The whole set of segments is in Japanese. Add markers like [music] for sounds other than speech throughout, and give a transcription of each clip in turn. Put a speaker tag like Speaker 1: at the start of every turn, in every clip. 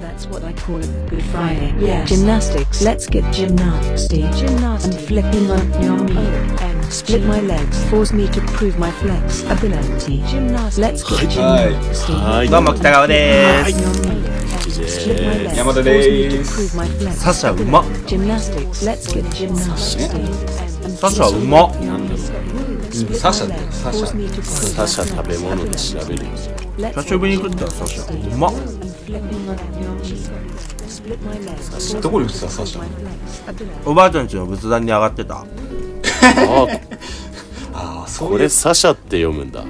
Speaker 1: That's what I call a good Friday. Yes. Gymnastics. Let's get gymnasty. Gymnasty. And flipping on your knee. And split my legs. Force me to prove my flex ability. Gymnastics. Let's get gymnasty.
Speaker 2: はい
Speaker 3: どうも北川でーす
Speaker 1: Yes.
Speaker 3: 山田です
Speaker 1: サ
Speaker 3: サシャうまっサシャうまっ
Speaker 1: サシャだよサシャ
Speaker 2: サシャ食べ物で調べるよ
Speaker 3: 久しぶりに食ったサシャうまっ
Speaker 1: ど
Speaker 4: こに売ってたサシャ
Speaker 3: おばあちゃんちの仏壇に上がってた
Speaker 2: あ
Speaker 4: ああそ
Speaker 2: こ
Speaker 4: うい
Speaker 2: れ
Speaker 4: う
Speaker 2: サシャって読むんだ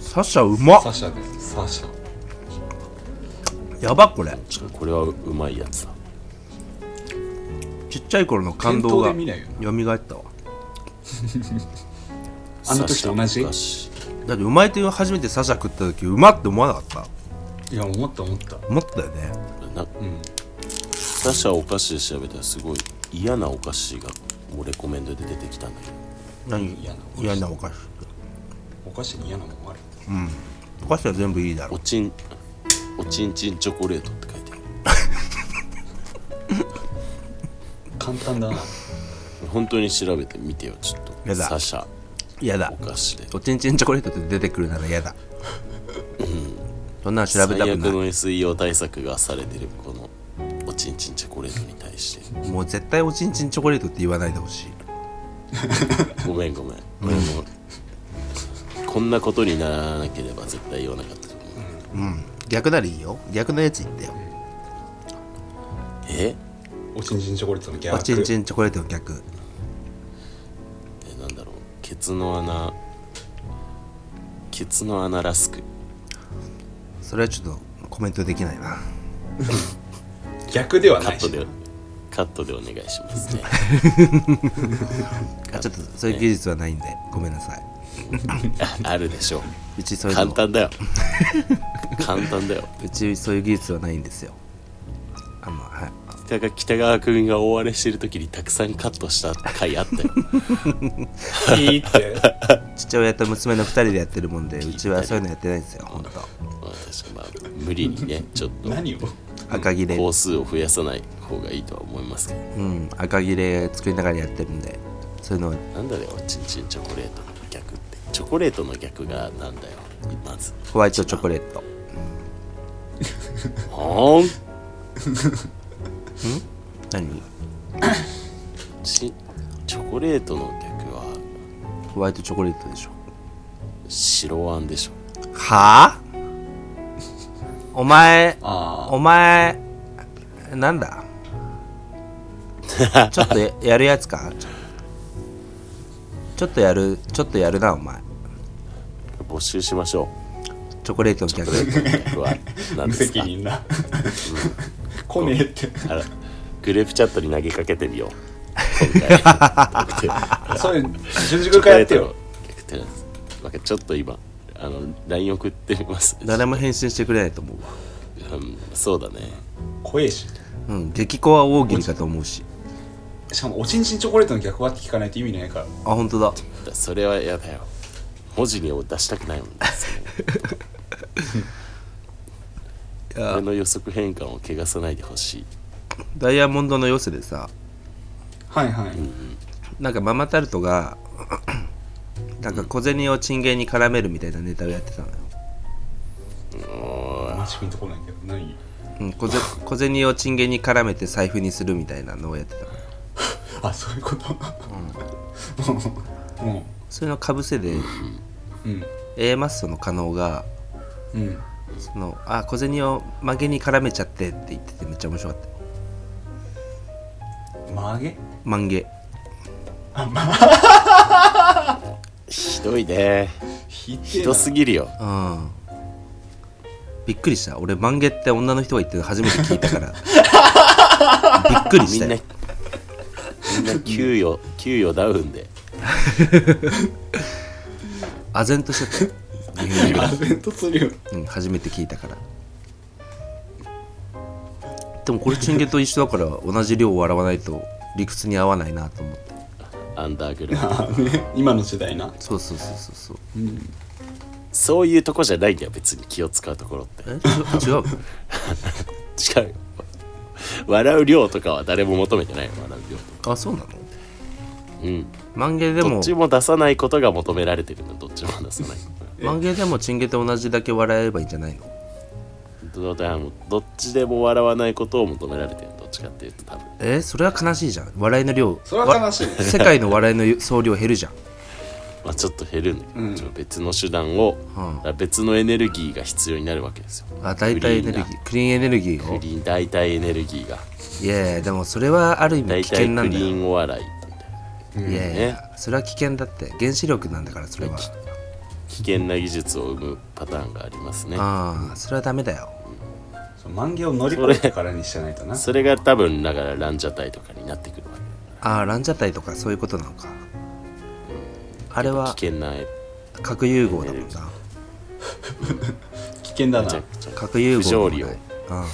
Speaker 3: サシャうまっ
Speaker 4: サシャですサシャ
Speaker 3: やばこれ
Speaker 2: これはうまいやつだ
Speaker 3: ちっちゃい頃の感動が
Speaker 4: 店頭で見ないよ
Speaker 3: 蘇ったわ
Speaker 4: あの時と同じ
Speaker 2: サシャ
Speaker 3: だってうまいという初めてサシャ食った時うまって思わなかった
Speaker 4: いや思った思った
Speaker 3: 思ったよね
Speaker 2: 昔な
Speaker 4: うん
Speaker 2: サシャお菓子で調べたらすごい嫌なお菓子がもうレコメンドで出てきたんだけど
Speaker 3: 何
Speaker 4: 嫌
Speaker 3: 嫌な
Speaker 4: なお菓子
Speaker 3: お菓子
Speaker 4: お菓子に嫌なもんある
Speaker 3: お菓子は全部いいだろ
Speaker 2: お
Speaker 3: う
Speaker 2: ちんおちんちんチョコレートって書いてある
Speaker 4: 簡単だな
Speaker 2: 本当に調べてみてよちょっと
Speaker 3: やだ
Speaker 2: サシャ
Speaker 3: 嫌だ
Speaker 2: お菓子で
Speaker 3: おちんちんチョコレートって出てくるなら嫌だそんなの調べた
Speaker 2: 最悪
Speaker 3: くな
Speaker 2: の SEO 対策がされてるこのおちんちんチョコレートに対して
Speaker 3: いもう絶対おちんちんチョコレートって言わないでほしい
Speaker 2: ごめんごめん俺もこんなことにならなければ絶対言わなかったと思う
Speaker 3: うん逆ならいいよ逆のやつ言ってよ
Speaker 2: え
Speaker 4: おちんちんチョコレートの
Speaker 3: お
Speaker 4: 逆
Speaker 3: ちんちんチョコレートの逆
Speaker 2: えなんだろうケツの穴ケツの穴ラスク
Speaker 3: それはちょっとコメントできないな
Speaker 4: 逆では
Speaker 2: カ
Speaker 4: な
Speaker 2: ッ
Speaker 4: い
Speaker 2: ト
Speaker 4: し
Speaker 2: でカットでお願いしますね
Speaker 3: あちょっとそういう技術はないんでごめんなさい
Speaker 2: ああるでしょう
Speaker 3: うちそういう
Speaker 2: 簡
Speaker 3: の
Speaker 2: 単だよ簡単だよ
Speaker 3: うちそういう技術はないんですよあのはい
Speaker 2: 北川北川君が大荒れしてる時にたくさんカットした回あったよ [laughs]
Speaker 4: いいって
Speaker 3: 父親と娘の2人でやってるもんでうちはそういうのやってないんですよ本当
Speaker 2: まあ確かにまあ無理にねちょっと
Speaker 4: 何を
Speaker 3: 赤切れ
Speaker 2: 工数を増やさない方がいいとは思いますけど
Speaker 3: うん赤切れ作りながらやってるんでそういうの
Speaker 2: なんだよチンチンチョコレートの逆ってチョコレートの逆がなんだよまず
Speaker 3: ホワイトチョコレート
Speaker 2: ほーん
Speaker 3: 何
Speaker 2: チチョコレートの逆は
Speaker 3: ホワイトチョコレートでしょ
Speaker 2: 白あんでしょ
Speaker 3: はあお前
Speaker 4: あ
Speaker 3: お前なんだちょっとややるやつかちょっとやるちょっとやるなお前
Speaker 2: 募集しましょ
Speaker 3: チョコレートの逆
Speaker 4: [laughs]
Speaker 2: う逆は
Speaker 4: あ
Speaker 2: 何
Speaker 4: 無
Speaker 2: です
Speaker 4: 責
Speaker 2: か
Speaker 4: 任な来ねえって
Speaker 2: あらグレープチャットに投げかけてみよう今回
Speaker 4: それ順次君からやってよ
Speaker 2: 逆転なんですなんかちょっと今あの LINE 送ってみます
Speaker 3: 誰も返信してくれないと思う
Speaker 2: う
Speaker 3: わ
Speaker 2: ん、そうだね
Speaker 4: 怖えし
Speaker 3: うん激コア大喜利かと思うし
Speaker 4: しかもおちんちんチョコレートの逆はって聞かないと意味ないから
Speaker 3: あ本当だ
Speaker 2: だそれは嫌だよ文字に出したくないもんです
Speaker 3: いや
Speaker 2: 俺の予測変換を汚さないでほしい
Speaker 3: ダイヤモンドの寄せでさ
Speaker 4: はいはい
Speaker 3: なんかママタルトが [coughs] なんか小銭をチンゲンに絡めるみたいなネタをやってたのよ、
Speaker 4: マジピンとこないけど何
Speaker 3: うん、小銭小銭をチンゲンに絡めて財布にするみたいなのをやってたのよ
Speaker 4: あそういうことうんも
Speaker 3: それのかぶせ
Speaker 2: [laughs]
Speaker 3: で
Speaker 4: ううん
Speaker 3: A マッソの加納が
Speaker 4: うん
Speaker 3: そのあ小銭を曲げに絡めちゃってって言っててめっちゃ面白かったよ
Speaker 4: 曲げ
Speaker 3: マンゲ
Speaker 2: ひどいね
Speaker 4: ひでえな
Speaker 2: ひどすぎるよ
Speaker 3: うんびっくりした俺マンゲって女の人が言ってるの初めて聞いたから
Speaker 2: [laughs]
Speaker 3: びっくり
Speaker 2: み
Speaker 3: し
Speaker 2: ん
Speaker 3: た
Speaker 2: な
Speaker 3: よ
Speaker 2: みんな給与給与ダウンで
Speaker 3: 唖然として
Speaker 2: [laughs]
Speaker 3: たよ、
Speaker 4: 唖然とするよ
Speaker 3: うん、初めて聞いたからでもこれチンゲと一緒だから同じ量を笑わないと理屈に合わないなと思って
Speaker 2: アンダーグラウンド
Speaker 4: あーね今の時代な
Speaker 3: そうそうそうそうそう
Speaker 2: そういうとこじゃないんだよ別に気を使うところって
Speaker 3: えちょ違う
Speaker 2: 違うよ笑う量とかは誰も求めてないよ笑う量と
Speaker 3: あそうなの
Speaker 2: かうん
Speaker 3: 万華で
Speaker 2: ど
Speaker 3: も
Speaker 2: っちも出さないことが求められてるのどっちも出さない
Speaker 3: 万華でもチンゲと同じだけ笑えればいいんじゃないの
Speaker 2: どうだもうどっちでも笑わないことを求められてるどっちかっていうと多分
Speaker 3: えそれは悲しいじゃん笑いの量
Speaker 4: それは悲しい
Speaker 3: わ世界の笑いの総量減るじゃん
Speaker 2: まあちょっと減るんだけど、
Speaker 4: うん
Speaker 2: ちょっと別の手段を、
Speaker 3: うん
Speaker 2: だから別のエネルギーが必要になるわけですよ
Speaker 3: あ大体エネルギークリーンエネルギー
Speaker 2: ク
Speaker 3: を
Speaker 2: リーン大体エネルギーが
Speaker 3: いやいやでもそれはある意味
Speaker 2: 大
Speaker 3: 危険
Speaker 2: 体ク
Speaker 3: なんだ
Speaker 2: リー
Speaker 3: よ
Speaker 2: ンお笑い
Speaker 3: いやい
Speaker 2: ね
Speaker 3: やそれは危険だって原子力なんだからそれは
Speaker 2: 危険な技術を生むパターンがありますね
Speaker 3: ああそれはダメだよ
Speaker 4: そう万華を乗り越えてからにしてないとな
Speaker 2: それが多分だからランジャタイとかになってくるわ
Speaker 3: ああランジャタイとかそういうことなのかあ
Speaker 2: け
Speaker 3: れは
Speaker 2: 危険な
Speaker 3: 核融合だもんな
Speaker 4: 危険だ
Speaker 2: めちゃ
Speaker 4: な
Speaker 2: くちゃ
Speaker 3: 核融合でもな
Speaker 2: 不条
Speaker 3: い
Speaker 2: 理を
Speaker 3: うんうん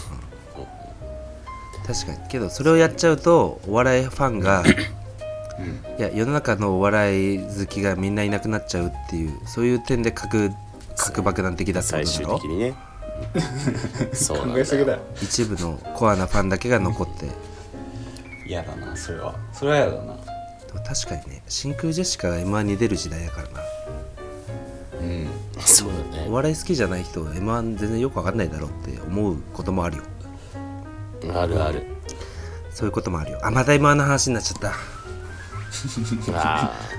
Speaker 3: 確かにけどそれをやっちゃうとお笑いファンが、いや世の中のお笑い好きがみんないなくなっちゃうっていうそういう点で核核爆弾的だってこ
Speaker 2: 最
Speaker 3: と
Speaker 2: 終
Speaker 3: だろ
Speaker 2: 的に
Speaker 3: [laughs]
Speaker 2: ねそうなん
Speaker 4: 考
Speaker 2: だ
Speaker 4: えすぎだ
Speaker 2: よ
Speaker 4: よ
Speaker 3: 一部のコアなファンだけが残ってで
Speaker 4: 嫌だなそれはそれは嫌だな
Speaker 3: も確かにね真空ジェシカが m 1に出る時代やからな
Speaker 4: うん
Speaker 2: そうだ
Speaker 3: お
Speaker 2: ね
Speaker 3: 笑い好きじゃない人 m 1全然よくわかんないだろうって思うこともあるよ
Speaker 2: あるある
Speaker 3: そういうこともあるよあまた m 1の話になっちゃった
Speaker 2: [laughs] あー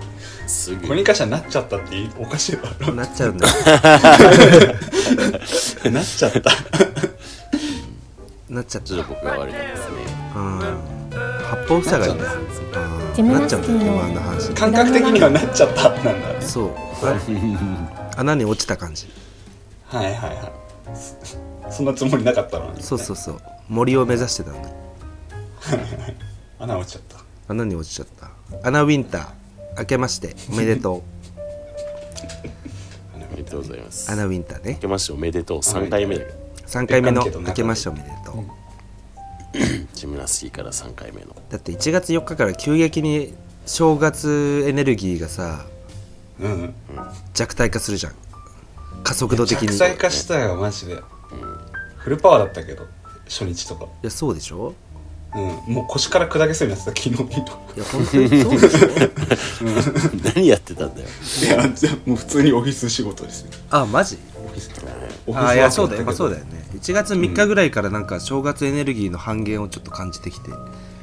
Speaker 2: す
Speaker 4: コ
Speaker 2: ぐ
Speaker 4: ニカ社になっちゃったっていいおかしいだ
Speaker 3: [laughs]
Speaker 4: ろ
Speaker 3: なっちゃうんだよ
Speaker 4: なっちゃった
Speaker 3: なっちゃっ
Speaker 2: ち
Speaker 3: た
Speaker 2: ょっと僕が悪かったですね
Speaker 3: うん八方塞がりだよう
Speaker 5: ジ
Speaker 3: ん
Speaker 5: ム
Speaker 3: なっ
Speaker 5: ナ
Speaker 3: ちゃ
Speaker 5: ス
Speaker 3: うん
Speaker 5: テ
Speaker 3: だよ
Speaker 5: ィ
Speaker 3: m
Speaker 5: の
Speaker 3: 1の話
Speaker 4: 感覚的にはなっちゃったなんだ [laughs]
Speaker 3: そうあ穴に落ちた感じ
Speaker 4: はいはいはいそそんなつもりなかったのに
Speaker 3: そうそうそう森を目指してたんだ
Speaker 4: 穴落ちちゃった
Speaker 3: 穴に落ちちゃった穴ウィンター明けましておめでと
Speaker 2: おめでとうございます
Speaker 3: う穴ウィンターね
Speaker 2: 明けましておめでとう3回目だけど
Speaker 3: 3回目の明けましておめでとう
Speaker 2: ジムナスティから3回目の [laughs]
Speaker 3: だって1月4日から急激に正月エネルギーがさ
Speaker 4: うん
Speaker 3: 弱体化するじゃん加速度的に
Speaker 4: 弱体化したよマジで、フルパワーだったけど初日とか
Speaker 3: いやそうでしょ
Speaker 4: うんもう腰から砕けそうになってた昨日
Speaker 3: [laughs]
Speaker 4: 見
Speaker 3: い
Speaker 4: た
Speaker 3: や本当にそうでしょ [laughs]
Speaker 2: 何やってたんだよ
Speaker 4: いやじゃあもう普通にオフィス仕事ですよ
Speaker 3: あマジ
Speaker 4: オフィスオフィス
Speaker 3: あいやそうだよやっぱそう
Speaker 4: だ
Speaker 3: だよね1月3日ぐらいからなんか正月エネルギーの半減をちょっと感じてきて
Speaker 4: い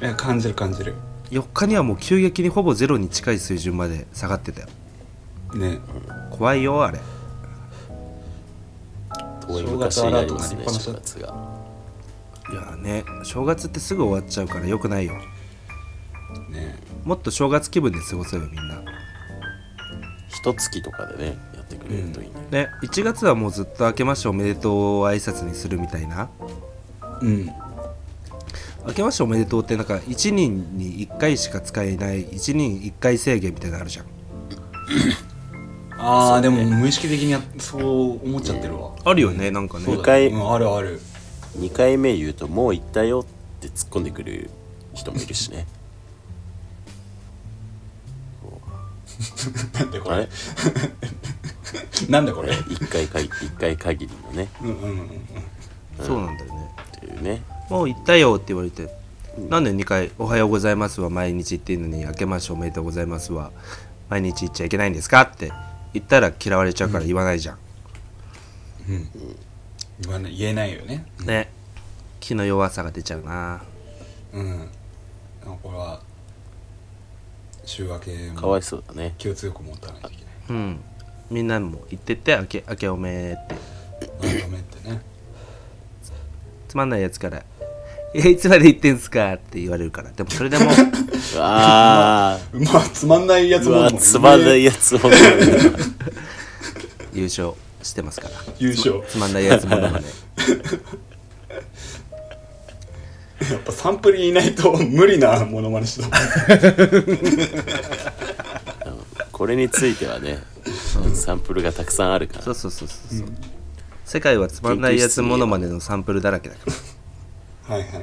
Speaker 4: や感じる感じる
Speaker 3: 4日にはもう急激にほぼゼロに近い水準まで下がってたよ
Speaker 4: ね
Speaker 3: 怖いよあれ
Speaker 2: 遠い昔になりますね正月が
Speaker 3: いやね正月ってすぐ終わっちゃうからよくないよ
Speaker 4: ね
Speaker 3: もっと正月気分で過ごせよみんな
Speaker 2: 一月とかでねやってくれるといいね、
Speaker 3: ね1月はもうずっと明けましておめでとうを挨拶にするみたいな
Speaker 4: うん
Speaker 3: 明けましておめでとうってなんか1人に1回しか使えない1人1回制限みたいなのあるじゃん
Speaker 4: ああ、でも無意識的にやそう思っちゃってるわ、
Speaker 3: あるよねなんかね
Speaker 4: そうだ
Speaker 2: 二回
Speaker 4: うんあるある
Speaker 2: 2回目言うともう行ったよって突っ込んでくる人もいるしね
Speaker 4: なんでこ
Speaker 2: あれ
Speaker 4: れなんでこれ
Speaker 2: 1回かぎ一回限りのね
Speaker 4: うんうんうん
Speaker 3: そうなんだよね
Speaker 2: っていうね
Speaker 3: もう行ったよって言われて、なんで2回「おはようございます」は毎日言っていいのに「明けましておめでとうございます」は毎日言っちゃいけないんですかって言ったら嫌われちゃうから言わないじゃん、
Speaker 4: 言わない言えないよね
Speaker 3: ね気の弱さが出ちゃうな
Speaker 4: うんなんかこれは週明け
Speaker 2: かわ
Speaker 4: も
Speaker 2: いそうだね
Speaker 4: 気を強く持たないといけ
Speaker 3: うんみんなも言ってって「明け明けおめ」って
Speaker 4: ないダメってね
Speaker 3: つまんないやつから「えいつまで言ってんすか?」って言われるからでもそれでも
Speaker 2: うわー
Speaker 4: まあつまんないやつ
Speaker 2: う
Speaker 4: も
Speaker 2: わーつまんないやつ [laughs] を
Speaker 3: 優勝してますから
Speaker 4: 優勝
Speaker 3: つまんないやつものまね
Speaker 4: やっぱサンプルにいないと無理なモノマネしてた
Speaker 2: これについてはねサンプルがたくさんあるから
Speaker 3: そうそうそうそうそう、世界はつまんないやつものまねのサンプルだらけだから
Speaker 4: もんはいはいは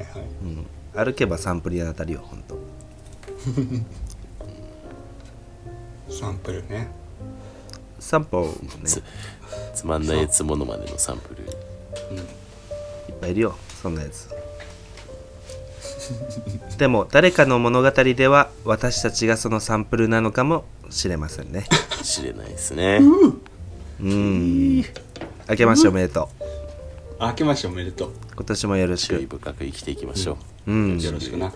Speaker 4: い
Speaker 3: 歩けばサンプルに当たるよほんと
Speaker 4: サンプルね
Speaker 3: 散歩もね
Speaker 2: つつまんないやつものまでのサンプル
Speaker 3: いっぱいいるよそんなやつでも誰かの物語では私たちがそのサンプルなのかもしれませんね
Speaker 2: 知れないですね
Speaker 3: うん明けましておめでとう
Speaker 4: あ明けましておめでと
Speaker 3: 今年もよろし
Speaker 2: 注意
Speaker 3: く
Speaker 2: 深く生きていきましょう、
Speaker 3: うん
Speaker 4: うよろしくなよ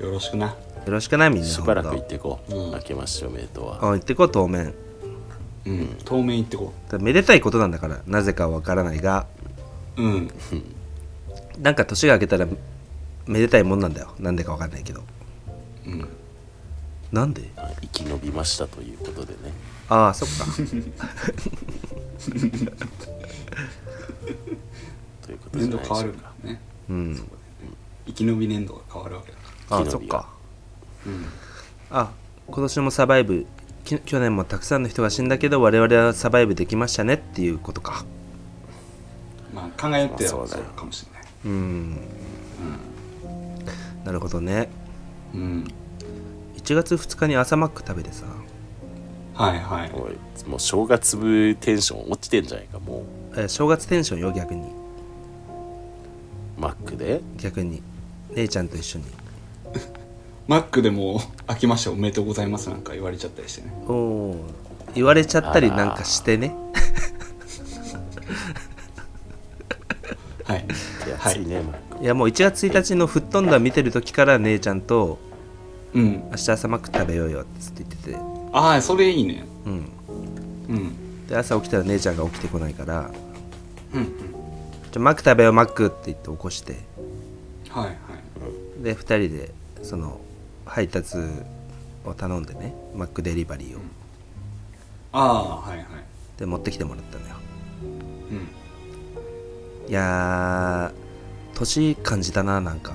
Speaker 4: ろしくな
Speaker 3: よろしくなみんな
Speaker 2: しばらく行
Speaker 3: 本
Speaker 2: っていこう、明けましておめでとう
Speaker 3: 当
Speaker 2: は
Speaker 3: うん行ってこう当面
Speaker 4: うん当面行ってこ
Speaker 3: だめでたいことなんだからなぜかはわからないが
Speaker 4: ううん
Speaker 3: なんか年が明けたらめでたいもんなんだよなんでかわかんないけど
Speaker 4: うん
Speaker 3: なんで
Speaker 2: あ生き延びましたということでね
Speaker 3: ああそっか
Speaker 2: ということじゃ
Speaker 4: 年
Speaker 2: な
Speaker 4: 度
Speaker 2: いでし
Speaker 4: 変
Speaker 2: ょう
Speaker 4: わる
Speaker 2: か
Speaker 4: からね
Speaker 3: うん
Speaker 4: 生き延び年度が変わるわけだか
Speaker 3: ああ
Speaker 2: 生き
Speaker 3: そ
Speaker 2: 延
Speaker 3: っ
Speaker 2: び
Speaker 3: か
Speaker 2: が
Speaker 4: らうん
Speaker 3: あ今年もサバイブき去年もたくさんの人が死んだけど我々はサバイブできましたねっていうことか
Speaker 4: まあ考えては
Speaker 2: ま
Speaker 4: そ
Speaker 2: あ
Speaker 4: う
Speaker 2: そうだよ
Speaker 4: かもしれない
Speaker 3: うんなるほどね
Speaker 4: うん
Speaker 3: 1月2日に朝マック食べてさ
Speaker 4: はいはい
Speaker 2: おいもう正月部テンション落ちてんじゃないかも
Speaker 3: え正月テンションよ逆に
Speaker 2: うマックで
Speaker 3: 逆に姉ちゃんと一緒に
Speaker 4: マックでも「明けましておめでとうございます」なんか言われちゃったりしてね
Speaker 3: おお言われちゃったりなんかしてね
Speaker 4: [laughs] はい
Speaker 2: いや
Speaker 4: はい
Speaker 2: 暑いね、マック
Speaker 3: いやもう1月1日の吹っ飛んだ見てる時から姉ちゃんと
Speaker 4: うん
Speaker 3: 明日朝マック食べようよっつって言ってて
Speaker 4: ああそれいいね
Speaker 3: うん
Speaker 4: うん
Speaker 3: で朝起きたら姉ちゃんが起きてこないから
Speaker 4: うんうん
Speaker 3: 「じゃマック食べようマック」って言って起こして
Speaker 4: はいはい
Speaker 3: で2人でその配達を頼んでねマックデリバリーを
Speaker 4: ああはいはい
Speaker 3: で持ってきてもらったのよ
Speaker 4: うん
Speaker 3: いやー年感じたななんか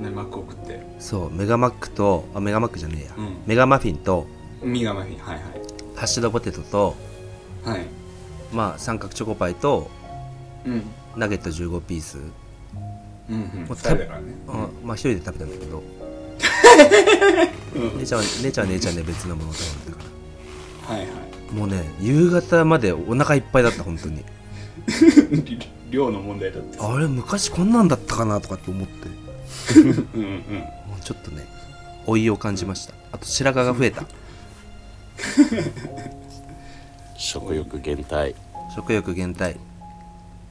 Speaker 4: ねマック送って
Speaker 3: そうメガマックとあメガマックじゃねえや、
Speaker 4: うん
Speaker 3: メガマフィンと
Speaker 4: ミガマフィンはいはい
Speaker 3: ハッシュドポテトと
Speaker 4: はい
Speaker 3: まあ三角チョコパイと
Speaker 4: うん
Speaker 3: ナゲット15ピース、
Speaker 4: うんうん二人だからね
Speaker 3: うんまあ一人で食べたんだけど姉ちゃんは姉ちゃんは姉ちゃんで別のものを頼んだか
Speaker 4: はい [laughs] は
Speaker 3: らもうね夕方までお腹いっぱいだった本当に
Speaker 4: い量の問題だって
Speaker 3: あれ昔こんなんだったかなとかって思って
Speaker 4: うんうん
Speaker 3: もうちょっとね老いを感じましたあと白髪が増えた
Speaker 2: 食欲減退
Speaker 3: 食欲減退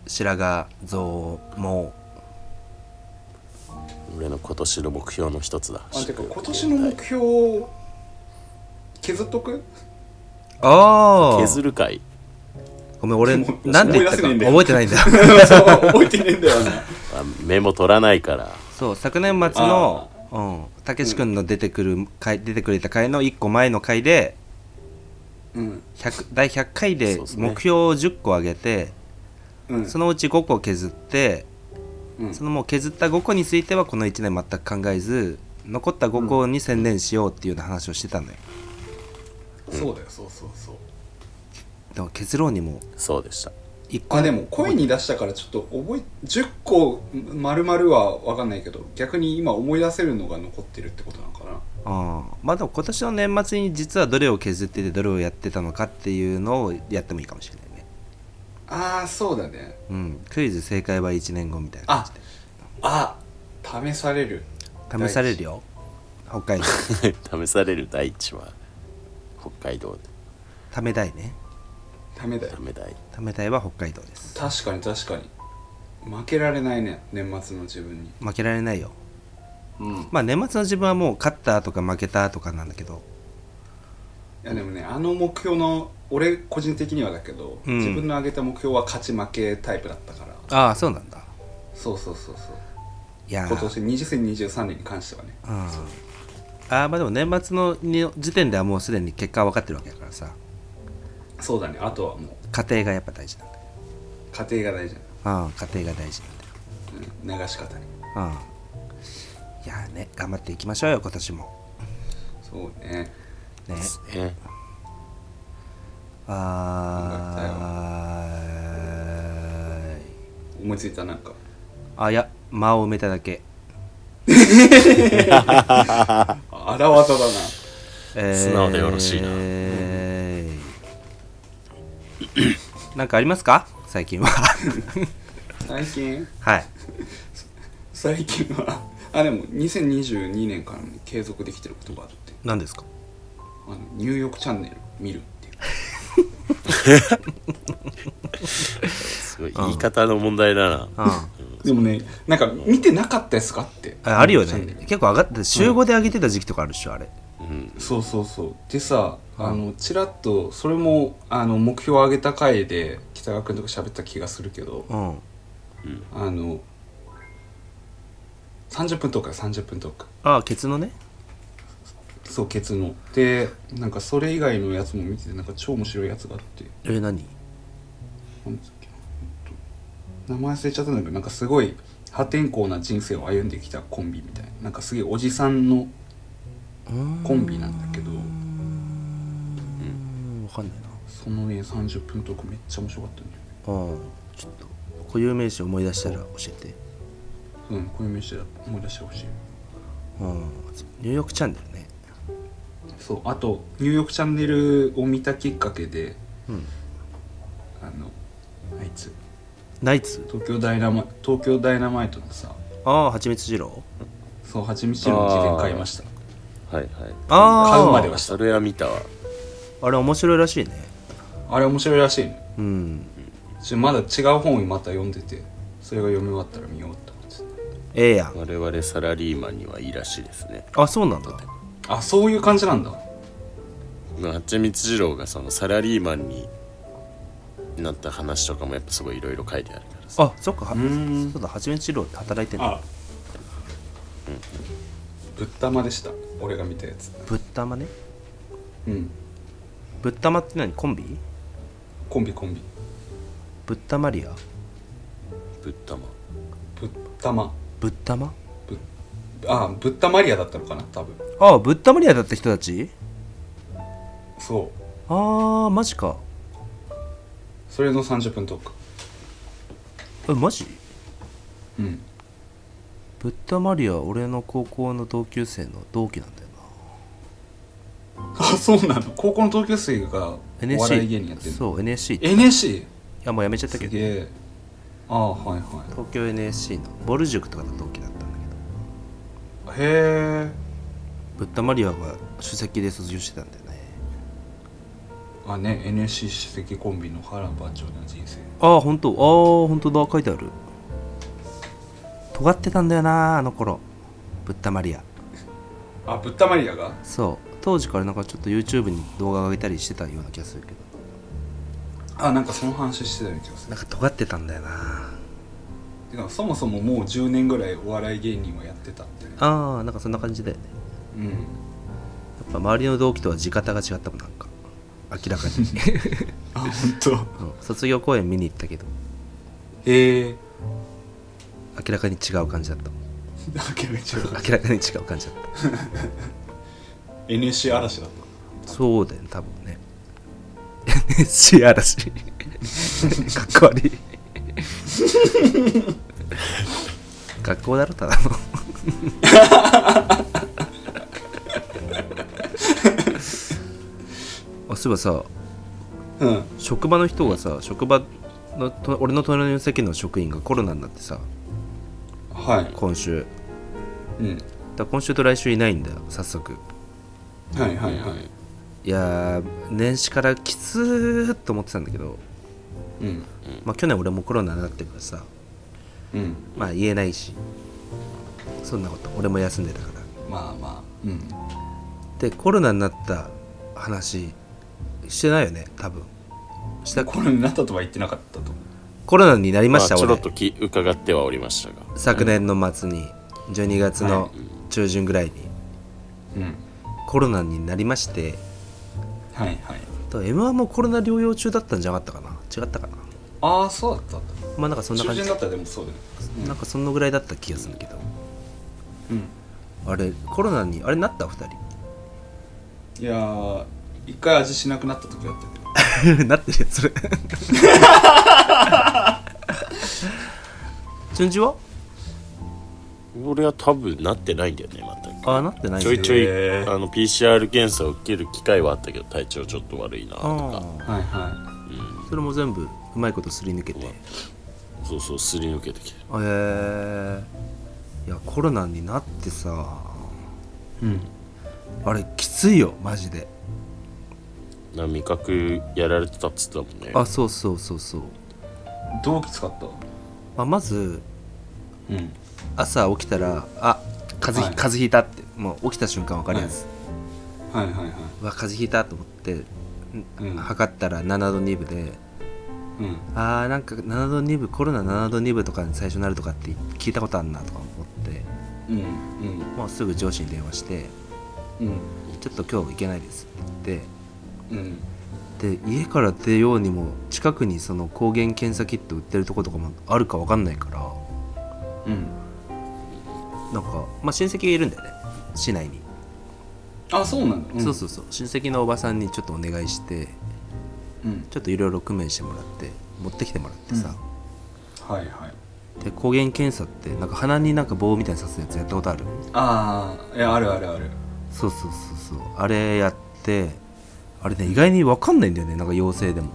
Speaker 3: 白髪増毛
Speaker 2: 俺の今年の目標の一つだ
Speaker 4: あてか
Speaker 2: 食欲
Speaker 4: 今年の目標を削っとく
Speaker 3: ああ
Speaker 2: 削るかい
Speaker 3: ごめん俺
Speaker 4: もう
Speaker 3: なんて言ったか
Speaker 4: 思い出せねえんだよ
Speaker 3: 覚えてないんだよ
Speaker 4: そう覚えてねえんだよな
Speaker 2: あメモ取らないから
Speaker 3: [laughs] そう昨年末のうんたけし君の出てくる回出てくれた回の1個前の回で
Speaker 4: うん
Speaker 3: 100第100回で
Speaker 2: そうっすね
Speaker 3: 目標を10個上げて
Speaker 4: うん
Speaker 3: そのうち5個削って
Speaker 4: うん
Speaker 3: そのもう削った5個についてはこの1年全く考えず残った5個に専念しようっていうような話をしてたのよ
Speaker 4: そうだよそうそうそう
Speaker 3: でも削ろうにも
Speaker 2: そうでした [laughs]
Speaker 3: 1個
Speaker 4: あでも声に出したからちょっと覚え10個丸々は分かんないけど逆に今思い出せるのが残ってるってことなのかな
Speaker 3: ああまあでも今年の年末に実はどれを削っててどれをやってたのかっていうのをやってもいいかもしれないね
Speaker 4: ああそうだね
Speaker 3: うんクイズ正解は1年後みたいな感
Speaker 4: ああ試される
Speaker 3: じで試されるよ北海道 [laughs]
Speaker 2: 試される第一は北海道で
Speaker 3: ためたいね
Speaker 4: ダメだよ
Speaker 2: ダメだい
Speaker 3: ためたいは北海道です
Speaker 4: 確かに確かに負けられないね年末の自分に
Speaker 3: 負けられないよ
Speaker 4: うんい
Speaker 3: まあ年末の自分はもう勝ったとか負けたとかなんだけど
Speaker 4: やでもねあの目標の俺個人的にはだけど、
Speaker 3: うん
Speaker 4: 自分の挙げた目標は勝ち負けタイプだったから
Speaker 3: ああそうなんだ
Speaker 4: そうそうそうそう
Speaker 3: いやー
Speaker 4: 今年2023年に関してはね
Speaker 3: うんああまあでも年末のに時点ではもうすでに結果は分かってるわけだからさ
Speaker 4: そうだねあとはもう
Speaker 3: 家庭がやっぱ大事なんだよ
Speaker 4: 家庭が大事な
Speaker 3: ああ家庭が大事なんだよ
Speaker 4: の、うん、流し方に
Speaker 3: うんいやーね頑張っていきましょうよ今年も
Speaker 4: そうね
Speaker 3: ね
Speaker 2: ですね
Speaker 3: あーい
Speaker 4: 思いついたなんか
Speaker 3: あいや間を埋めただけ
Speaker 4: あ荒技だな
Speaker 3: えー
Speaker 2: 素直でよろしいな
Speaker 3: え
Speaker 2: [laughs]
Speaker 3: ーなんかありますか最近は
Speaker 4: 最近
Speaker 3: はい
Speaker 4: 最近は [laughs] あでも2022年から、ね、継続できてることがあるって
Speaker 3: 何ですか
Speaker 4: あのニューヨークチャンネル見るっていう
Speaker 2: すごい言い方の問題だな
Speaker 3: あ
Speaker 4: でもねなんか見てなかったですかって
Speaker 3: ああるよ
Speaker 4: チャンネ
Speaker 3: ね
Speaker 4: ル
Speaker 3: 結構上がって週5で上げてた時期とかあるでしょあれ
Speaker 2: うん
Speaker 4: そうそうそうでさあのちらっとそれもあの目標を上げた回で北川君とか喋った気がするけど
Speaker 3: うん
Speaker 4: あの30分とか30分とか
Speaker 3: ああケツのね
Speaker 4: そうケツのでなんかそれ以外のやつも見ててなんか超面白いやつがあって
Speaker 3: え何
Speaker 4: なんだっけなえっと名前忘れちゃったんだけどなんかすごい破天荒な人生を歩んできたコンビみたいななんかすげえおじさんの
Speaker 3: うん
Speaker 4: コンビなんだけど
Speaker 3: うん分かんないな
Speaker 4: そのね30分とかめっちゃ面白かったんだよね
Speaker 3: うんちょっと固有名詞思い出したら教えて
Speaker 4: うんこういう名詞で思い出してほしい
Speaker 3: うんニューヨークチャンネルね
Speaker 4: そうあと「ニューヨークチャンネル」を見たきっかけで
Speaker 3: うん
Speaker 4: あのあいつ
Speaker 3: ナイツ
Speaker 4: 東京ダイナマ東京ダイナマイトのさ
Speaker 3: ああはちみつ二郎
Speaker 4: そう蜂蜜の事件買いました
Speaker 2: はいはい
Speaker 3: あ
Speaker 4: 買うまで
Speaker 2: あ
Speaker 4: はした
Speaker 2: それは見たわ
Speaker 3: あれ面白いらしいね
Speaker 4: あれ面白いらしいね
Speaker 3: うん
Speaker 4: ちょまだ違う本をまた読んでてそれが読み終わったら見ようって思って
Speaker 3: ええやん
Speaker 2: 我々サラリーマンにはいいらしいですね
Speaker 3: あそうなんだ
Speaker 4: たあそういう感じなんだ
Speaker 2: はちみつ二郎がそのサラリーマンになった話とかもやっぱすごいいろいろ書いてあるからさ
Speaker 3: あそっかは
Speaker 4: うん
Speaker 3: そうだはちみつ二郎って働いてんだ
Speaker 4: あぶったまでした俺が見たやつ
Speaker 3: ぶったまね
Speaker 4: うん
Speaker 3: ぶったまって何コンビ
Speaker 4: コンビコンビ
Speaker 3: ぶったまりや
Speaker 2: ぶったま
Speaker 4: ぶったま
Speaker 3: ぶったま
Speaker 4: ぶあぶったマリアだったのかな多分
Speaker 3: ああぶったまりやだった人たち
Speaker 4: そう
Speaker 3: あーマジか
Speaker 4: それの30分トーク
Speaker 3: えマジ
Speaker 4: うん
Speaker 3: ぶったまりや俺の高校の同級生の同期なんだよな
Speaker 4: あそうなの高校の同級生がお笑い芸人やっ
Speaker 3: NSC
Speaker 4: てるの
Speaker 3: そう NSC い
Speaker 4: NSC
Speaker 3: やもうやめちゃった
Speaker 4: す
Speaker 3: け
Speaker 4: げ
Speaker 3: ど
Speaker 4: えああはいは
Speaker 3: 東京 NSC のボル塾とかの同期だったんだけど
Speaker 4: いへえ
Speaker 3: ぶったまりやが首席で卒業してたんだよね
Speaker 4: あね NSC 首席コンビの波乱万丈な人生
Speaker 3: ああ本当ああ本当だ書いてある尖ってたんだよなあの頃ぶったまりや
Speaker 4: あぶったマリアが
Speaker 3: そう当時からなんかちょっと YouTube に動画上げたりしてたような気がするけど
Speaker 4: あなんかその話してたような気がす
Speaker 3: な
Speaker 4: る
Speaker 3: んか尖ってたんだよな
Speaker 4: てかそもそももう10年ぐらいお笑い芸人はやってたってね
Speaker 3: ああなんかそんな感じだよね
Speaker 4: うん
Speaker 3: やっぱ周りの同期とは地方が違ったもんなんか明らかに、
Speaker 4: あ本
Speaker 3: [laughs]
Speaker 4: 当。
Speaker 3: うん卒業公演見に行ったけど
Speaker 4: へえ
Speaker 3: 明らかに違う感じだったも [laughs] ん
Speaker 4: 諦めちゃう
Speaker 3: 明らかに違う感じだっ
Speaker 4: NSC 嵐だった
Speaker 3: そうだよね多分 [laughs] ね NSC [laughs] 嵐かっこ悪い学校だろただ [laughs] のあそういえばさ
Speaker 4: たうん
Speaker 3: 職場の人がさ職場のと俺の隣の席の職員がコロナになってさ
Speaker 4: はい
Speaker 3: 今週
Speaker 4: うん
Speaker 3: だから今週と来週いないんだよ早速
Speaker 4: はいはいはい
Speaker 3: いやー年始からきつーっと思ってたんだけど、
Speaker 4: うん
Speaker 3: まあ、去年俺もコロナになってるからさ
Speaker 4: うん
Speaker 3: まあ言えないしそんなこと俺も休んでたから
Speaker 4: まあまあうん
Speaker 3: でコロナになった話してないよね多分した
Speaker 4: コロナになったとは言ってなかったと思
Speaker 3: コロナになりました、
Speaker 2: あ、ちょろっ
Speaker 3: 俺
Speaker 2: とき伺ってはおりましたが
Speaker 3: 昨年の末に12月の中旬ぐらいに
Speaker 4: ううん
Speaker 3: コロナになりまして
Speaker 4: はいはい
Speaker 3: と m 1もコロナ療養中だったんじゃなかったかな違ったかな
Speaker 4: ああそうだったんだ
Speaker 3: まあなんかそんな
Speaker 4: 中
Speaker 3: 感じ
Speaker 4: 旬だったらでもそうだよ
Speaker 3: なんかそのぐらいだった気がするんだけど
Speaker 4: うん
Speaker 3: あれコロナにあれなった2
Speaker 4: いやー一回味しなくなった時あったけど
Speaker 3: 人 [laughs] なってるやつそれ順次は
Speaker 2: 俺は多分なってないんだよね全く
Speaker 3: ああなってない
Speaker 2: ちょいちょい、
Speaker 4: へー
Speaker 2: あの PCR 検査を受ける機会はあったけど体調ちょっと悪いなとか
Speaker 3: あ
Speaker 4: はいは
Speaker 3: あそれも全部うまいことすり抜けて
Speaker 2: そうそうすり抜けてきて
Speaker 3: えー、いやコロナになってさ
Speaker 4: うん
Speaker 3: あれきついよマジで
Speaker 2: な味覚やられてたっつってたもんね
Speaker 3: あそうそうそうそう、
Speaker 4: どうきつかった
Speaker 3: まあ、まず
Speaker 4: うん
Speaker 3: 朝起きたらあ風邪ひ、
Speaker 4: はい
Speaker 3: 風邪ひいたってもう起きた瞬間分かるやつ、
Speaker 4: はいはいはいう
Speaker 3: わ風邪ひいたと思って、
Speaker 4: うん
Speaker 3: 測ったら7度2分で
Speaker 4: うん
Speaker 3: あーなんか7度2分コロナ7度2分とかに最初なるとかって聞いたことあんなとか思って
Speaker 4: うん
Speaker 3: もうすぐ上司に電話して
Speaker 4: うん
Speaker 3: 「ちょっと今日行けないです」って
Speaker 4: うんうん
Speaker 3: 言ってで家から出ようにも近くにその抗原検査キット売ってるとことかもあるか分かんないから
Speaker 4: うん
Speaker 3: なんか、まあ、親戚がいるんだよね市内に、
Speaker 4: あそうなんだ、ん、
Speaker 3: そうそうそう親戚のおばさんにちょっとお願いして
Speaker 4: うん
Speaker 3: ちょっといろいろ工面してもらって持ってきてもらってさ、
Speaker 4: はいはい
Speaker 3: で抗原検査ってなんか鼻になんか棒みたいに刺すやつやったことある
Speaker 4: ああいやあるあるある
Speaker 3: そうそうそうそうあれやってあれね意外に分かんないんだよねなんか陽性でも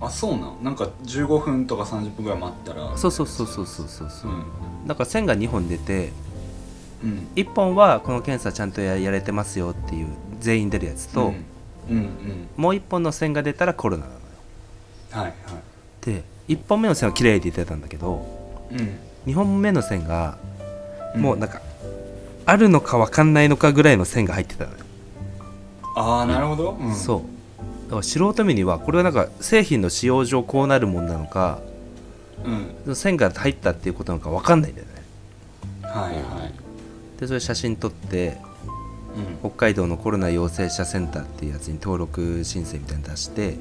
Speaker 4: あそうなんなんか15分とか30分ぐらい待ったら
Speaker 3: そうそうそうそうそうそうそううんなんか線が2本出て
Speaker 4: うん
Speaker 3: 1本はこの検査ちゃんとややれてますよっていう全員出るやつと、
Speaker 4: うんうんうん
Speaker 3: もう1本の線が出たらコロナなのよ
Speaker 4: はいは
Speaker 3: で1本目の線は綺麗って言ってたんだけど
Speaker 4: いうん
Speaker 3: 2本目の線が
Speaker 4: うん
Speaker 3: もうなんか、あるのか分かんないのかぐらいの線が入ってたのよ、
Speaker 4: ああなるほど、うん、
Speaker 3: そうだから素人目にはこれはなんか製品の使用上こうなるもんなのか
Speaker 4: ううん
Speaker 3: 線が入ったっていうことなのか分かんないんだよね
Speaker 4: はいはい
Speaker 3: でそれ写真撮って
Speaker 4: うん
Speaker 3: 北海道のコロナ陽性者センターっていうやつに登録申請みたいに出して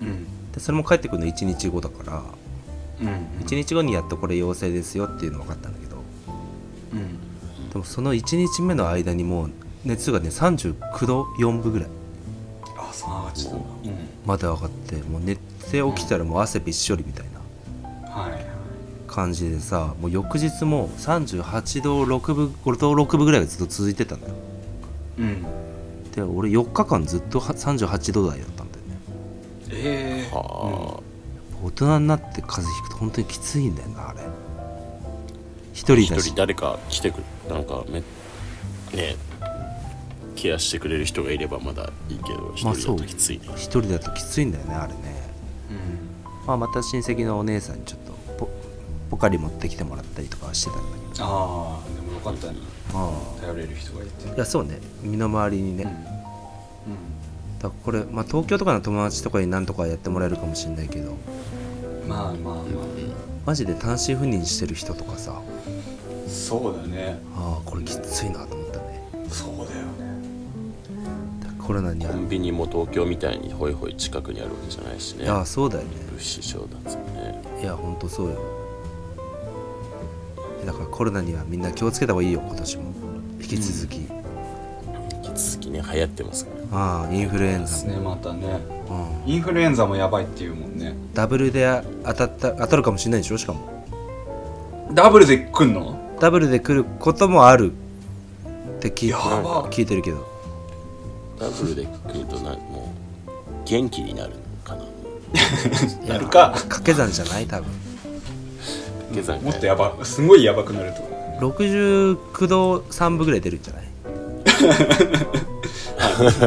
Speaker 4: うん
Speaker 3: でそれも帰ってくるの1日後だから
Speaker 4: うん
Speaker 3: 1日後にやっとこれ陽性ですよっていうの分かったんだけど
Speaker 4: うん
Speaker 3: でもその1日目の間にもう熱がね39度4分ぐらい
Speaker 4: あそう上がっちゃったんだ
Speaker 3: まで上がってもう寝て起きたらもう汗びっしょりみたいな
Speaker 4: うんはいはい
Speaker 3: 感じでさもう翌日も38度6分5度6分ぐらいがずっと続いてたんだよ
Speaker 4: うん
Speaker 3: で俺4日間ずっとは38度台だったんだよね
Speaker 4: ええー、
Speaker 2: は
Speaker 3: 大人になって風邪ひくと本当にきついんだよなあれ一
Speaker 2: あ
Speaker 3: 人
Speaker 2: 一
Speaker 3: だし
Speaker 2: 人誰か来てくれなんかめねケアしてくれる人がいればまだいいけど
Speaker 3: ま
Speaker 2: 一
Speaker 3: あ
Speaker 2: 人
Speaker 3: そう
Speaker 2: だときついね、
Speaker 3: 一人だときついんだよねあれね、
Speaker 4: うん
Speaker 3: まあ、また親戚のお姉さんにちょっとポポカリ持ってきてもらったりとかはしてたんだけ
Speaker 4: ああでもよかったね
Speaker 3: どあ
Speaker 4: 頼れる人がいて
Speaker 3: あいやそうね身の回りにね、
Speaker 4: うん
Speaker 3: だからこれ、まあ、東京とかの友達とかになんとかやってもらえるかもしれないけど
Speaker 4: うんまあまあま
Speaker 3: マジで単身赴任してる人とかさ
Speaker 4: あそうだね
Speaker 3: ああこれきついなと思ったね
Speaker 4: そうだよね
Speaker 3: だからコロナにあ
Speaker 2: コンビニも東京みたいにホイホイ近くにあるわけじゃないしね
Speaker 3: ああそうだよね
Speaker 2: 物資調達もね
Speaker 3: いやほんとそうよだからコロナにはみんな気をつけた方がいいよ今年も引き続き、
Speaker 2: 引き続きね流行ってますから
Speaker 3: ああインフルエン
Speaker 4: です
Speaker 3: ザ
Speaker 4: ねまたね
Speaker 3: も、
Speaker 4: インフルエンザもやばいっていうもんね
Speaker 3: うん、ダブルであ当たった当たるかもしれないでしょしかも
Speaker 4: ダブルで来んの
Speaker 3: ダブルで来ることもあるって聞い
Speaker 4: やば
Speaker 3: 聞いてるけど
Speaker 2: ダブルで来るとなもう元気になるのかな
Speaker 4: やるか
Speaker 3: 掛け算じゃない多分
Speaker 2: 下山
Speaker 4: もっと
Speaker 2: 会
Speaker 4: やばすごいやばくなると思う
Speaker 3: 69度3分ぐらい出るんじゃな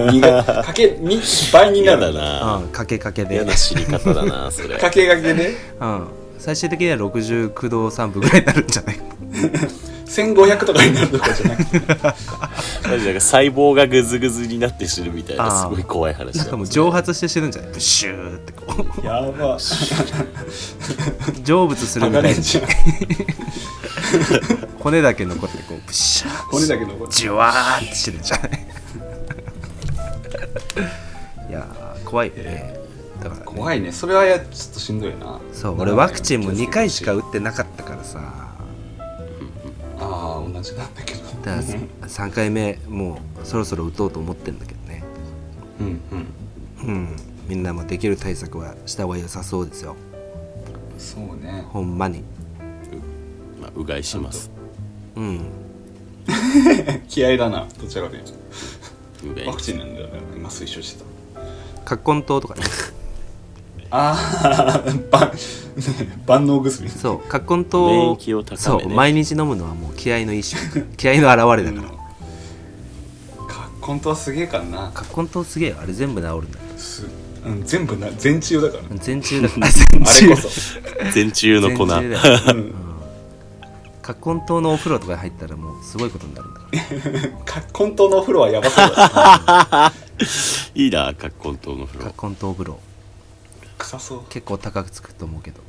Speaker 3: い
Speaker 4: 二がかけ二倍にな
Speaker 2: 嫌だ
Speaker 4: る
Speaker 2: な
Speaker 3: うんかけかけで
Speaker 2: 嫌な知り方だ
Speaker 3: [laughs]
Speaker 2: なそれ
Speaker 4: かけがけで
Speaker 3: うん最終的には69度3分ぐらいになるんじゃない
Speaker 4: 1500とかになるとかじゃなくて
Speaker 2: マジなんか細胞がグズグズになって死ぬみたいな
Speaker 3: あ
Speaker 2: す
Speaker 3: ー
Speaker 2: ごい怖い話
Speaker 3: なん
Speaker 2: だ
Speaker 3: かもう蒸発して死ぬんじゃないブシューってこう
Speaker 4: やば [laughs]
Speaker 3: 成仏するみ
Speaker 4: 剥が
Speaker 3: た
Speaker 4: れ
Speaker 3: い
Speaker 4: ん
Speaker 3: な
Speaker 4: じゃん
Speaker 3: 骨だけ残ってこうブシャー
Speaker 4: 骨だけ残っ
Speaker 3: ジュワーってしてるじゃない [laughs] いやー怖いよねだから、ね、
Speaker 4: 怖いねそれはやちょっとしんどいな
Speaker 3: そう俺ワクチンも2回しか
Speaker 4: あ
Speaker 3: 打ってなかったからさ
Speaker 4: あー同じなんだけど
Speaker 3: だから3回目もうそろそろ打とうと思ってんだけどね
Speaker 4: うんうん
Speaker 3: うんみんなもできる対策はした方が良さそうですよ
Speaker 4: そうね
Speaker 3: ほんまに
Speaker 2: まあ、うがいします
Speaker 3: うん
Speaker 4: 気合いだなどちらかというと
Speaker 2: うがい
Speaker 4: ワクチンなんだよね今推奨してた
Speaker 2: [laughs]
Speaker 3: 葛根湯とかね
Speaker 2: れ
Speaker 4: ああ万 [laughs] 万能薬
Speaker 3: そう葛根糖
Speaker 2: 免疫を高めね
Speaker 3: そう毎日飲むのはもう気合の一種
Speaker 2: [laughs]
Speaker 3: 気合の表れだから
Speaker 4: かっこんとはすげえからな
Speaker 3: 葛根糖すげえよあれ全部治るんだよ
Speaker 4: すうん、全部な全治だからな
Speaker 3: 全中だから全
Speaker 4: あれ
Speaker 3: 中
Speaker 4: こそ
Speaker 2: 全中の粉
Speaker 3: 全中だよ
Speaker 4: うん
Speaker 3: 葛根糖のお風呂とか入ったらもうすごいことになるんだから
Speaker 4: か混沌のお風呂はやばそうだ
Speaker 2: いいな葛根糖の風呂
Speaker 3: 葛根糖風呂
Speaker 4: 臭そう、
Speaker 3: 結構高くつくと思うけど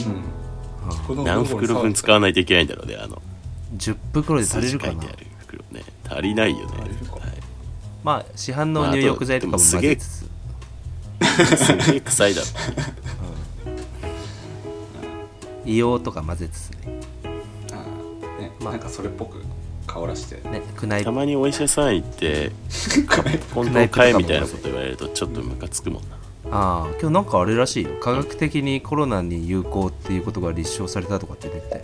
Speaker 4: うん、この
Speaker 2: 何袋分使わないといけないんだろうねあの
Speaker 3: 10袋で足りるか
Speaker 2: 書い
Speaker 3: な
Speaker 2: てある袋ね足りないよね
Speaker 4: 足りるか
Speaker 2: は
Speaker 3: まあ市販
Speaker 2: まあ
Speaker 3: の
Speaker 2: あと
Speaker 3: 入浴剤とかも
Speaker 2: でもす
Speaker 3: 混
Speaker 2: げえ
Speaker 3: ぜつつ、
Speaker 2: いすげえ臭いだろ
Speaker 3: 硫黄とか混ぜつつね
Speaker 4: あーね、
Speaker 3: まあ
Speaker 4: なんかそれっぽく顔
Speaker 3: [laughs]
Speaker 4: らして [laughs]
Speaker 3: ね宮内
Speaker 2: たまにお医者さん行って「今度買え」みたいなこと言われるとちょっとムカつくもんな
Speaker 3: ああ今日なんかあれらしいよ科学的にコロナに有効っていうことが立証されたとかって出てたよ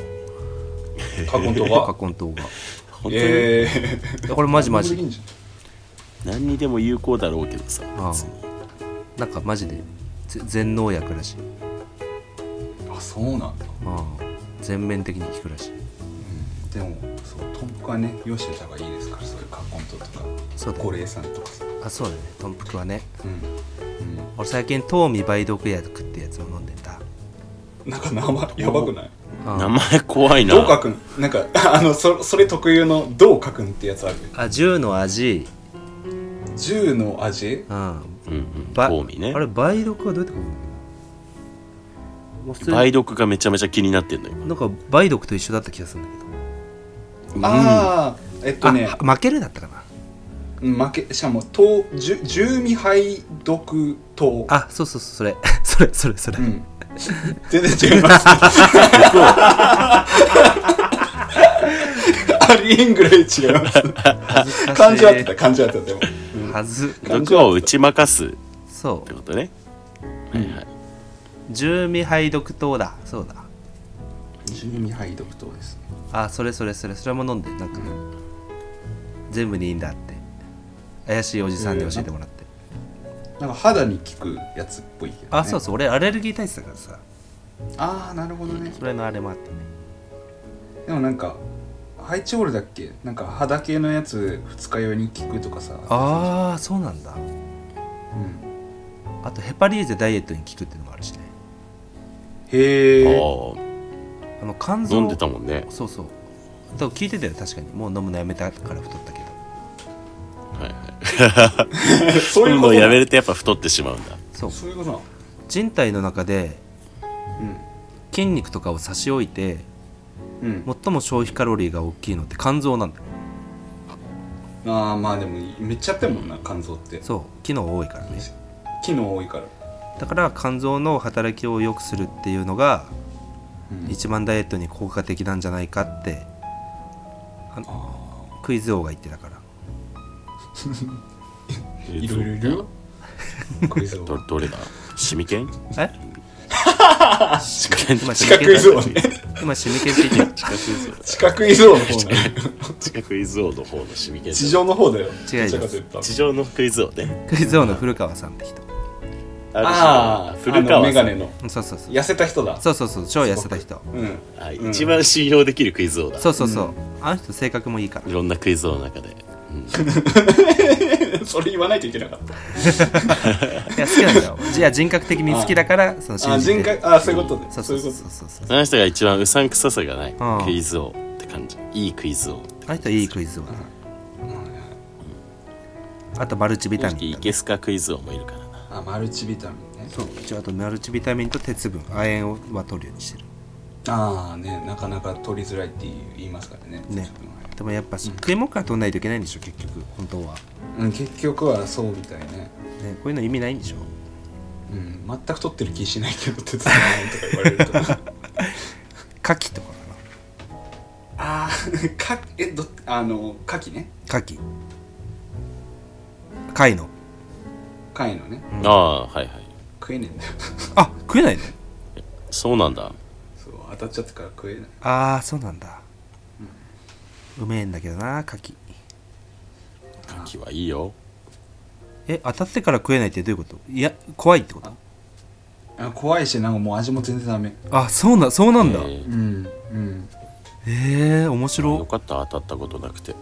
Speaker 4: カコンと
Speaker 3: カ
Speaker 4: は
Speaker 3: コン糖がい
Speaker 2: 本当に、
Speaker 4: え
Speaker 3: やこれマジ
Speaker 4: ー、
Speaker 3: マジ
Speaker 2: 何にでも有効だろうけどさ
Speaker 3: ああ
Speaker 2: 別に
Speaker 3: なんかマジでぜ全能薬らしい
Speaker 4: あそうなんだ
Speaker 3: ああ全面的に効くらしい
Speaker 4: でもそうトンプはねよしてた方がいいですからそういうカコンととか
Speaker 3: そうだね
Speaker 4: 五霊さんとかさ
Speaker 3: あそうだね豚腹はね
Speaker 4: うん、
Speaker 3: 俺最近糖未梅毒薬ってやつを飲んでた
Speaker 4: うん、なんか名前やばくない
Speaker 3: あ
Speaker 2: 名
Speaker 3: あ
Speaker 2: 前怖いな
Speaker 4: どう書くんなんか [laughs] あのそそれ特有の「どう書くん」ってやつある
Speaker 3: あ銃の味
Speaker 4: 銃の味
Speaker 3: うん
Speaker 2: うんうん
Speaker 3: ば
Speaker 2: 興味ね
Speaker 3: あれ梅毒はどうやって書くんだっけもう普通に
Speaker 2: 梅毒がめちゃめちゃ気になってんのよ
Speaker 3: なんか梅毒と一緒だった気がするんだけど
Speaker 4: ああえっとね
Speaker 3: あ負けるだったかな
Speaker 4: うん負けしかも糖じゅ十味杯毒糖
Speaker 3: あそうそうそうそれ [laughs] それそれそれ、
Speaker 4: うん全然違いますありえんぐらい違います感じ合ってた感じ合ってたでも
Speaker 3: はず
Speaker 2: 毒を打ち負かすっ
Speaker 3: そ
Speaker 2: て
Speaker 3: う
Speaker 2: ことねはいはい
Speaker 3: 十味排毒糖だそうだ
Speaker 4: 十味杯毒糖です
Speaker 3: あそれそれそれそれも飲んでなんか、全部にいいんだって怪しいおじさんに教えてもらって、
Speaker 4: なんか肌に効くやつっぽいけど、ね、
Speaker 3: あそうそう俺アレルギー体質だからさ
Speaker 4: ああなるほどね
Speaker 3: それのあれもあってね
Speaker 4: でもなんかハイチョールだっけなんか肌系のやつ二日酔いに効くとかさ
Speaker 3: ああそうなんだ
Speaker 4: うん、
Speaker 3: あとヘパリーゼダイエットに効くっていうのもあるしね
Speaker 4: へえ
Speaker 2: あ
Speaker 3: あの肝
Speaker 2: あ
Speaker 3: 臓
Speaker 2: 飲んでたもんね
Speaker 3: そうそうと聞いてたよ確かにもう飲むのやめたから太ったけど
Speaker 2: はいはい
Speaker 4: [laughs] そうい
Speaker 2: 飲
Speaker 4: う
Speaker 2: む
Speaker 4: こ
Speaker 2: の
Speaker 4: と
Speaker 2: や
Speaker 4: な
Speaker 2: めるとやっぱ太ってしまうんだ
Speaker 3: そう
Speaker 4: そういうことな
Speaker 3: 人体の中で
Speaker 4: うん
Speaker 3: 筋肉とかを差し置いて
Speaker 4: うん、
Speaker 3: 最も消費カロリーが大きいのって肝臓なんだよ
Speaker 4: ああまあでもめっちゃやってるもんな肝臓って
Speaker 3: そう機能多いからね
Speaker 4: 機能多いから、
Speaker 3: だから肝臓の働きを良くするっていうのが
Speaker 4: うん
Speaker 3: 一番ダイエットに効果的なんじゃないかってあのクイズ王が言ってたから
Speaker 4: いろいろいるよクイズ王
Speaker 2: どどれだシミケン
Speaker 3: え
Speaker 2: シミケン
Speaker 3: 今
Speaker 2: シ
Speaker 4: シカクイズ王ね
Speaker 3: 今シミケンって言って
Speaker 2: カクイズ王
Speaker 4: 地下クイズ
Speaker 3: [laughs]
Speaker 4: 王の方ね
Speaker 2: 地下クイズ王の方のシミケンだ
Speaker 4: 地上の方だよ
Speaker 3: 違う違う
Speaker 4: どちらかというと
Speaker 2: 地上のクイズ王
Speaker 4: [laughs]
Speaker 2: ね
Speaker 3: クイズ王の古川さんって人
Speaker 4: ああ
Speaker 2: る種
Speaker 4: 古
Speaker 2: 古川
Speaker 4: メ
Speaker 2: さ
Speaker 4: ガ
Speaker 2: ん
Speaker 4: ネの
Speaker 3: うんそうそうそう
Speaker 4: 痩せた人だ
Speaker 3: そうそうそう超痩せた人
Speaker 4: うん [laughs]
Speaker 2: あ
Speaker 4: うん
Speaker 2: 一番信用できるクイズ王だ
Speaker 3: そうそうそう、あの人性格もいいから
Speaker 2: いろんなクイズ王の中で
Speaker 4: それ言わないといけなかった
Speaker 3: いや好きなん
Speaker 4: [laughs]
Speaker 3: だよいや人格的に好きだからその
Speaker 4: あ
Speaker 3: 信
Speaker 4: ー
Speaker 3: じて
Speaker 4: 人格あーそういうことで
Speaker 3: そう
Speaker 4: そ
Speaker 3: そう
Speaker 4: いう
Speaker 3: うそう
Speaker 4: こと
Speaker 3: そうそうそう
Speaker 2: その人が一番うさんくささがない
Speaker 3: ん
Speaker 2: クイズ王って感じいいクイズ王
Speaker 3: あの人いいクイズ王だなあとマルチビタミン
Speaker 2: イ
Speaker 3: だね
Speaker 2: ケスカクイズ王もいるからな
Speaker 4: あマルチビタミンね
Speaker 3: そううちはあとマルチビタミンと鉄分亜鉛をは取るようにしてる
Speaker 4: ああねなかなか取りづらいって言いますからね
Speaker 3: ねでもやっぱし食い物から取んないといけないんでしょ結局本当は
Speaker 4: うん結局はそうみたいね
Speaker 3: ねこういうの意味ないんでしょ
Speaker 4: うん全く取ってる気しないけど手伝わないとか言われる
Speaker 3: [laughs]
Speaker 4: と
Speaker 3: 牡蠣とかかな
Speaker 4: あー [laughs] かえどあの牡蠣ね
Speaker 3: 牡蠣貝の
Speaker 4: 貝のね
Speaker 2: ああはいはい
Speaker 4: 食えねえんだよ [laughs]
Speaker 3: あ食えないの
Speaker 2: そうなんだ
Speaker 4: そう当たっちゃったから食えない
Speaker 3: ああそうなんだうめえんだけどな牡蠣
Speaker 2: 秋はいいよ
Speaker 3: え当たってから食えないってどういうこといや怖いってこと
Speaker 4: あ怖いしなんかもう味も全然ダメ
Speaker 3: あそうなそうなんだ
Speaker 2: えー
Speaker 4: うんうん
Speaker 3: ええ面
Speaker 2: よ
Speaker 3: 白
Speaker 2: かった当たったことなくて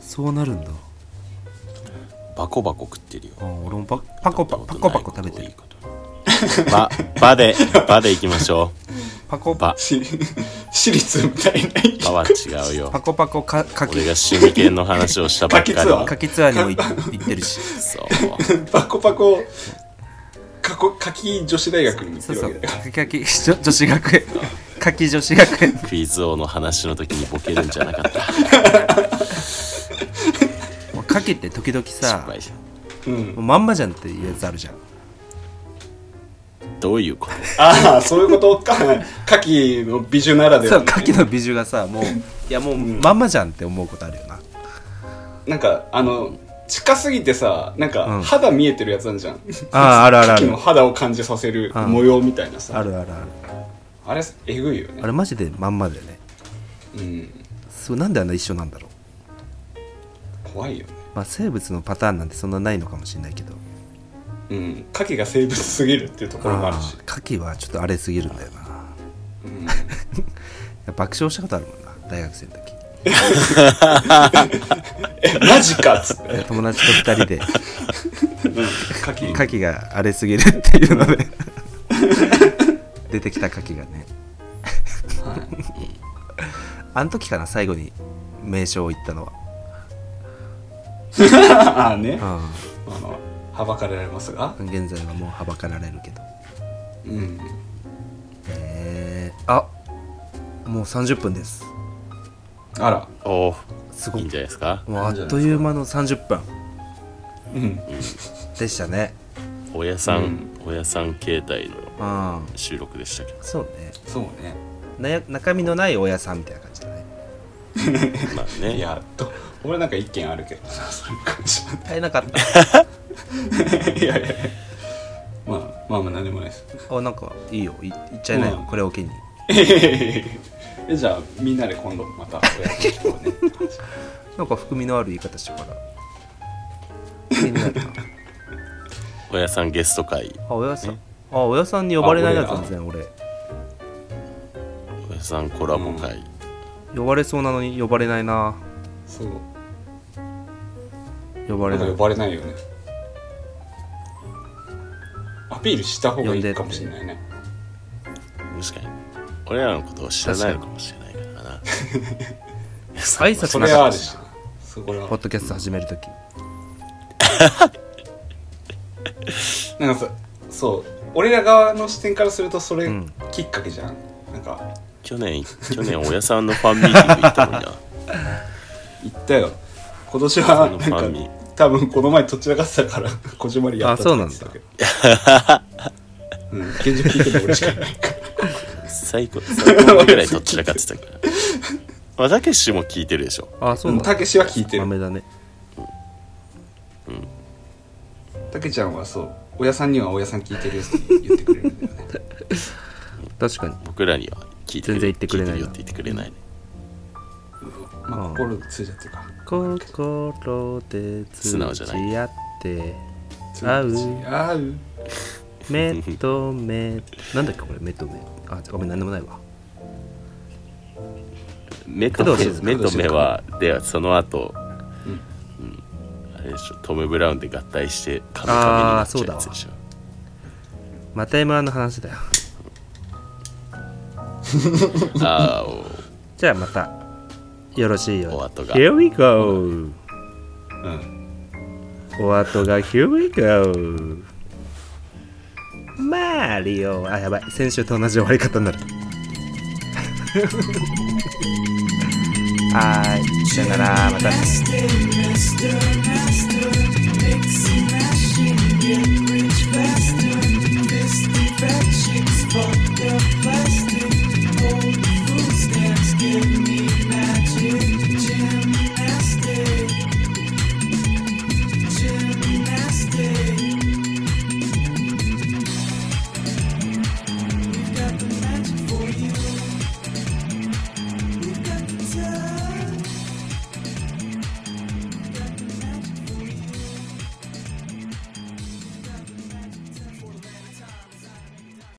Speaker 3: そうなるんだ
Speaker 2: バコバコ食ってるよ
Speaker 3: あ俺もパパコパパコパコ食べてる
Speaker 2: [laughs] ババでバでいきましょ
Speaker 3: パコ
Speaker 2: うバ
Speaker 4: し私立みたいな
Speaker 2: バは違うよ
Speaker 3: パコパコかかき
Speaker 2: 俺が手裏剣の話をしたばっかり
Speaker 4: かきツア
Speaker 3: かきツアーにも行行っ
Speaker 2: [laughs]
Speaker 3: てるし
Speaker 2: そう
Speaker 4: パコパコかこかき女子大学に行っ
Speaker 3: そ
Speaker 4: て
Speaker 3: う
Speaker 4: る
Speaker 3: そ
Speaker 4: わ
Speaker 3: う
Speaker 4: けだよ
Speaker 3: かきかき [laughs] 女女子学園かき女子学 [laughs] 園
Speaker 2: クイズ王の話の時にボケるんじゃ
Speaker 3: [laughs]
Speaker 2: なかった失
Speaker 3: もうかきって時々さ
Speaker 2: 敗した
Speaker 4: うん
Speaker 3: もうまんまじゃんっていうやつあるじゃん
Speaker 2: どういうこ
Speaker 4: ああそういうこ
Speaker 3: [laughs]
Speaker 4: とかかきの美女ならで
Speaker 3: そ
Speaker 4: は
Speaker 3: う
Speaker 4: の
Speaker 3: かきの美女がさもういやもうまんまじゃんって思うことあるよな
Speaker 4: なんかあの近すぎてさなん
Speaker 3: う
Speaker 4: か
Speaker 3: ん
Speaker 4: 肌見えてるやつなんじゃん、
Speaker 3: あーあるあるあ
Speaker 4: 牡蠣
Speaker 3: る
Speaker 4: の肌を感じさせる
Speaker 3: うん
Speaker 4: 模様みたいなさ、
Speaker 3: あるあるある
Speaker 4: あれえぐいよね
Speaker 3: あれマジでまんまだよね
Speaker 4: うん
Speaker 3: そうなんであんな一緒なんだろう
Speaker 4: 怖いよね
Speaker 3: まあ生物のパターンなんてそんなないのかもしれないけど
Speaker 4: うん牡蠣が生物すぎるっていうところもあるし
Speaker 3: カキはちょっと荒れすぎるんだよな
Speaker 4: うん
Speaker 3: 爆笑したことあるもんな大学生の時
Speaker 4: えマジかっつって
Speaker 3: 友達と二 [laughs] 人で
Speaker 4: カキ
Speaker 3: カキが荒れすぎるっていうので出てきたカキがねあの時かな最後に名称を言ったのは
Speaker 4: ああね
Speaker 3: あ
Speaker 4: あのはばかられますが
Speaker 3: あ現在はもうはばかられるけど
Speaker 4: うん
Speaker 3: えー、あもう30分です
Speaker 4: あら
Speaker 2: とお
Speaker 3: す
Speaker 2: お
Speaker 3: ご
Speaker 2: いい
Speaker 3: い
Speaker 2: んじゃないですか
Speaker 3: もうあっという間の30分
Speaker 4: うん
Speaker 3: でしたね
Speaker 2: 親さ
Speaker 4: うん
Speaker 2: 親さん携帯の
Speaker 3: うん
Speaker 2: 収録でしたけ
Speaker 3: そうね
Speaker 4: そうね
Speaker 3: なや中身のない親さんみたいな感じだね [laughs]
Speaker 2: どまあ
Speaker 4: い
Speaker 2: ね
Speaker 4: やと俺なんか一見あるけ [laughs] どさそういう感じ
Speaker 3: 買えなかった
Speaker 4: いやいやいやまあまあまあ何でもない [laughs] です
Speaker 3: [laughs] あなんかいいよい言っちゃいなよ、
Speaker 4: うん
Speaker 3: これを機に
Speaker 4: えじゃあみんなで今度またお休みしようね
Speaker 3: なんか含みのある言い方しようかな気になるな
Speaker 2: 親さんゲスト会
Speaker 3: あ親さんあ親さんに呼ばれないな全然俺
Speaker 2: 親さんコラボ会
Speaker 3: 呼ばれそうなのに呼ばれないな
Speaker 4: そう
Speaker 3: 呼ばれ
Speaker 4: なんか
Speaker 3: ない
Speaker 4: 呼ばれないよねアピールした方がいいかもしれないね
Speaker 2: もしかに俺らのことを知らないのかもしれないからな
Speaker 3: 挨拶
Speaker 4: そ
Speaker 3: な
Speaker 4: れは
Speaker 3: か
Speaker 4: あ
Speaker 3: っ
Speaker 4: る
Speaker 3: た
Speaker 4: し
Speaker 3: し
Speaker 4: そこら
Speaker 3: ポッドキャスト始めるとき
Speaker 4: なんかさそう俺ら側の視点からするとそれ
Speaker 3: うん
Speaker 4: きっかけじゃん、なんか
Speaker 2: 去年去年親さんのファンミーティング行ったのにな
Speaker 4: 言ったよ今年は
Speaker 2: そのファンミ
Speaker 4: なんか多分この前とっちらかってたから [laughs] こじまりやっ
Speaker 3: あ
Speaker 4: た
Speaker 3: そうなんだ
Speaker 4: って言ってたけどうん現状聞いても俺しかいないから
Speaker 2: 最高最高ぐらいどっちらかってたからまあたけしも聞いてるでしょ
Speaker 3: あそうなんだ
Speaker 4: たけしは聞いてる
Speaker 3: 豆だね
Speaker 4: たけちゃんはそう親さんには親さん聞いてるよって言ってくれるんだよね
Speaker 3: 確かに
Speaker 2: 僕らには聞いてる
Speaker 3: 全然言ってくれないな
Speaker 2: 聞てよって言ってくれないね
Speaker 4: まあ心通じゃってるか
Speaker 3: 心で通
Speaker 2: 素直じゃない
Speaker 3: じ合って
Speaker 4: 通
Speaker 3: 合う
Speaker 4: じ合う
Speaker 3: 目と目なんだっけこれ目と目あごめんなんでもないわ
Speaker 2: 目と
Speaker 3: 工
Speaker 2: 目
Speaker 3: 藤静
Speaker 2: 目と目はではその後、
Speaker 4: う
Speaker 2: うん
Speaker 4: ん
Speaker 2: あれでしょトム・ブラウンで合体してカメカメになっちゃうやつでしょ
Speaker 3: また M−1 の話だよ
Speaker 2: あーおー
Speaker 3: じゃあまたよろしいように
Speaker 2: お後が
Speaker 3: Here we go
Speaker 4: うん
Speaker 3: お後が Here we go マリオあやばい先週と同じ終わり方になるはーいさよならまた
Speaker 5: Resting